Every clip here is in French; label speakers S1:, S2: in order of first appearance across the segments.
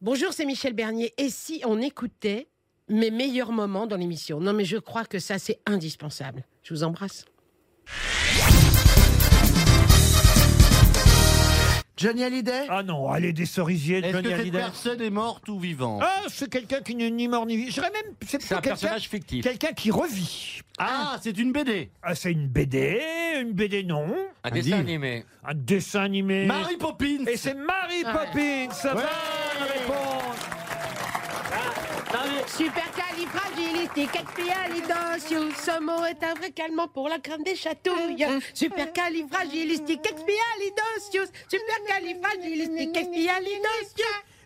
S1: Bonjour, c'est Michel Bernier. Et si on écoutait mes meilleurs moments dans l'émission Non, mais je crois que ça, c'est indispensable. Je vous embrasse.
S2: Johnny Hallyday
S3: Ah non, allez, des cerisiers,
S4: Est-ce
S3: Johnny
S4: que cette
S3: Hallyday.
S4: personne est morte ou vivante
S3: Ah, c'est quelqu'un qui n'est ni mort ni vivant. Je dirais même, c'est
S4: C'est
S3: plutôt
S4: un
S3: quelqu'un
S4: personnage fictif.
S3: quelqu'un qui revit.
S4: Ah, c'est une BD.
S3: Ah, c'est une BD, une BD non,
S5: Un dessin
S4: livre.
S5: animé.
S3: un dessin animé.
S4: Mary Poppins.
S3: Et c'est Mary Poppins, ça
S4: Ouais.
S1: Super Saumon est un vrai calmant pour la crème des chatouilles. Super Super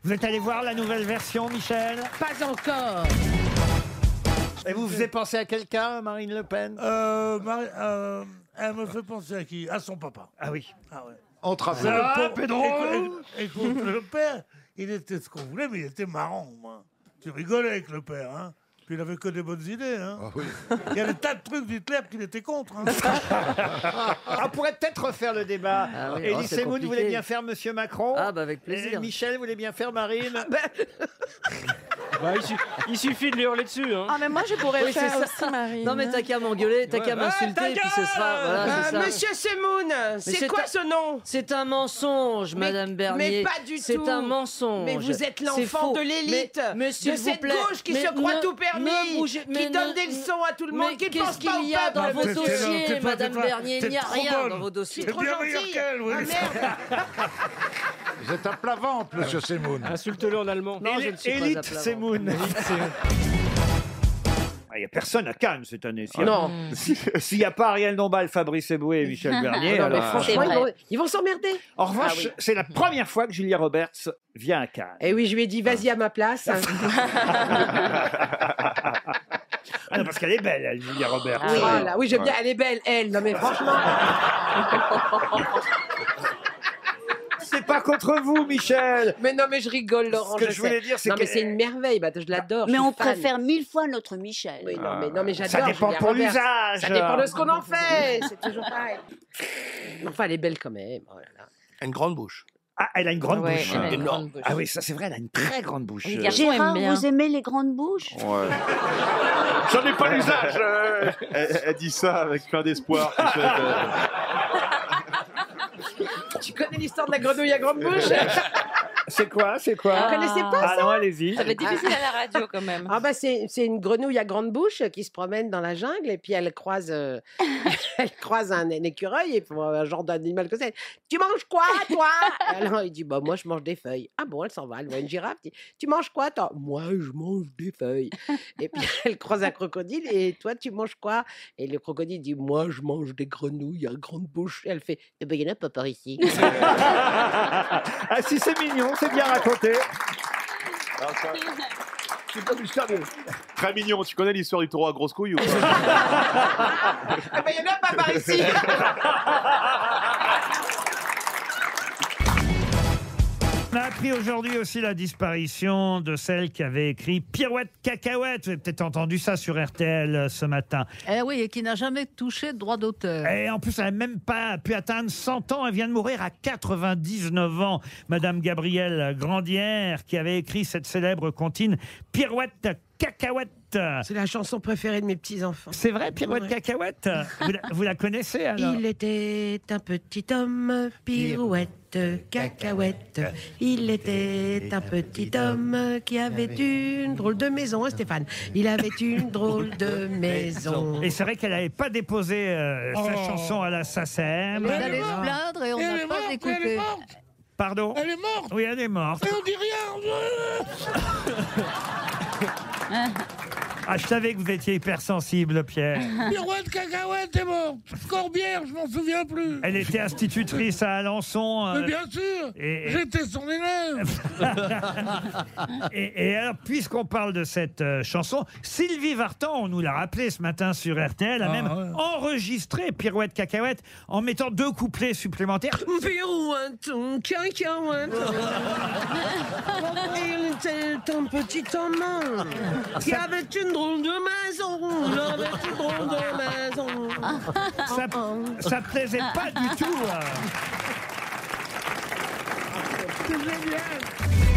S3: Vous êtes allé voir la nouvelle version, Michel
S1: Pas encore.
S4: Et vous faisiez penser à quelqu'un, Marine Le Pen
S2: euh, Marie- euh, Elle me fait penser à qui À son papa.
S3: Ah oui.
S2: Ah ouais.
S4: En travaux.
S2: Le pauvre- écoute, écoute, écoute, le père, il était ce qu'on voulait, mais il était marrant. au moins. Tu rigolais avec le père, hein puis il avait que des bonnes idées. hein. Il y a des tas de trucs d'Hitler qu'il était contre. hein.
S3: Ah, On pourrait peut-être refaire le débat.
S6: Ah oui, oh,
S3: Élise
S6: c'est
S3: Semoun
S6: compliqué.
S3: voulait bien faire Monsieur Macron.
S6: Ah, bah, avec plaisir.
S3: Et Michel voulait bien faire Marine.
S7: Il suffit de lui hurler dessus. Hein.
S8: Ah, mais moi, je pourrais
S6: Oui, c'est
S8: faire
S6: ça.
S8: aussi, Marine.
S6: Non mais t'as qu'à m'engueuler,
S1: Ah,
S6: t'as qu'à
S1: bah,
S3: ta
S6: m'insulter, puis ce sera.
S3: gueule
S6: Voilà, Ah, c'est ça.
S1: Euh, Monsieur Semoun, c'est
S6: c'est
S1: quoi
S6: un-
S1: ce nom
S6: C'est un mensonge,
S1: Mais-
S6: Madame
S1: mais
S6: Bernier.
S1: pas du tout.
S6: C'est un mensonge.
S1: Mais vous êtes
S6: C'est
S1: l'enfant
S6: faux.
S1: de l'élite,
S6: Mais- mais s'il
S1: de
S6: vous
S1: cette
S6: plaît,
S1: gauche qui
S6: mais
S1: se croit
S6: ne-
S1: tout permis,
S6: ne bougez- mais
S1: qui donne
S6: ne-
S1: des leçons à tout le monde,
S6: Mais
S1: qui ne pense
S6: qu'est-ce
S1: pas
S6: qu'il y a
S1: au
S6: dans
S1: peuple.
S6: vos
S2: T'es- t'es- t'es
S6: dossiers,
S2: pas- t'es
S6: Madame
S2: pas-
S6: Bernier Il
S2: t'es
S6: n'y a
S2: trop
S6: rien
S2: bonne.
S6: dans vos
S1: Je suis
S6: dossiers.
S2: T'es
S1: trop
S2: bien meilleur
S1: gentille.
S2: qu'elle, oui.
S1: Ah, merde.
S9: Vous êtes un plat ventre, monsieur Semoun.
S7: Insulte-le en allemand.
S6: Non, je ne suis pas à
S3: Élite
S6: plat,
S3: Semoun. Il n'y Ah, a personne à Cannes cette année. S'il y a-
S1: Non,
S3: S'il n'y a pas Ariel Dombal, Fabrice Eboué et Michel Bernier.
S1: non, mais
S3: alors, euh,
S1: franchement, Ah
S6: C'est
S1: ils vont- ils vont s'emmerder.
S3: En revanche, c'est la première fois que Julia Roberts vient à Cannes.
S1: Et Eh oui, je lui ai dit, vas-y à ma place. Hein.
S3: Ah non, parce qu'elle est belle, elle, Julia Roberts.
S1: Ah Oui,
S6: Ah,
S1: voilà. oui j'aime bien, elle est belle, elle. Non, mais franchement,
S3: C'est pas contre vous, Michel.
S1: mais non, mais je rigole, Laurent.
S3: Ce que je,
S1: sais.
S3: voulais dire, c'est
S1: Non, mais
S3: que
S1: c'est une merveille, bah, je l'adore. je
S10: Mais
S1: suis
S10: on
S1: fan.
S10: préfère mille fois notre Michel.
S1: Oui, non, mais, non, mais j'adore.
S3: Ah, ça dépend
S1: Julia
S3: pour
S1: Roberts.
S3: l'usage.
S1: Ça dépend de ce qu'on en fait, c'est toujours pareil. Enfin, elle est belle quand même. oh là là.
S4: Une grande bouche.
S3: Ah, elle a une grande
S8: Ouais,
S3: bouche.
S8: elle a une
S4: Énorme.
S8: grande bouche.
S3: Ah oui, ça c'est vrai, elle a une très grande bouche.
S8: Les
S3: Euh,
S8: garçons aiment
S10: Gérard,
S8: bien.
S10: vous aimez les grandes bouches
S9: J'en ai pas l'usage. euh.
S4: Elle, dit ça avec plein d'espoir. tu sais, euh,
S1: Tu connais l'histoire de la grenouille à grande bouche
S3: C'est quoi C'est quoi
S1: Vous connaissez pas
S3: Ah non, allez-y.
S8: Ça va être difficile à la radio, quand même.
S1: Ah bah c'est c'est une grenouille à grande bouche qui se promène dans la jungle et puis elle croise euh, elle croise un, un écureuil et puis, euh, un genre d'animal que c'est. Tu manges quoi toi Et Alors il dit bah moi je mange des feuilles. Ah bon elle s'en va elle voit une girafe dit tu manges quoi toi Moi je mange des feuilles. Et puis elle croise un crocodile et toi tu manges quoi Et le crocodile dit moi je mange des grenouilles à grande bouche. Et elle fait eh ben il y en a pas par ici.
S3: Ah si, c'est mignon, c'est bien raconté.
S9: Alors, ça- C'est comme l'histoire de. Très mignon, tu connais l'histoire du taureau à grosse couille ou pas
S1: Ah ben il y en a pas par ici.
S3: On a appris aujourd'hui aussi la disparition de celle qui avait écrit Pirouette cacahuète. Vous avez peut-être entendu ça sur RTL ce matin.
S11: Eh oui, et qui n'a jamais touché de droit d'auteur.
S1: Eh
S3: Et en plus, elle n'a même pas pu atteindre 100 ans. Elle vient de mourir à 99 ans. Madame Gabrielle Grandière, qui avait écrit cette célèbre comptine Pirouette cacahuète.
S1: C'est la chanson préférée de mes petits enfants.
S3: C'est vrai, Pirouette
S1: Ouais.
S3: cacahuète vous la, vous la connaissez alors
S1: Il était un petit homme, pirouette, cacahuète. Il était un petit homme qui avait une drôle de maison, hein, Stéphane. Il avait une drôle de maison.
S3: Et c'est vrai qu'elle n'avait pas déposé euh, sa
S1: Oh.
S3: chanson à la SACEM.
S11: Vous allez se plaindre et on n'a pas écouté.
S3: Pardon
S2: Elle est morte
S3: Oui, elle est morte.
S2: et on dit rien.
S3: Ah, je savais que vous étiez hypersensible, Pierre.
S2: Pirouette cacahuète est morte. Corbière, je m'en souviens plus.
S3: Elle était institutrice à Alençon. euh,
S2: Mais bien sûr,
S3: et- et-
S2: j'étais son élève.
S3: euh, Et, et alors, puisqu'on parle de cette euh, chanson, Sylvie Vartan, on nous l'a rappelé ce matin sur RTL, a
S2: Ah,
S3: même
S2: ouais.
S3: enregistré Pirouette Cacahuète en mettant deux couplets supplémentaires.
S1: Pirouette, cacahuète. Il était un petit homme qui avait une drôle de maison. Il avait une drôle de maison.
S2: Ah,
S3: Ça, ça plaisait pas du tout. euh.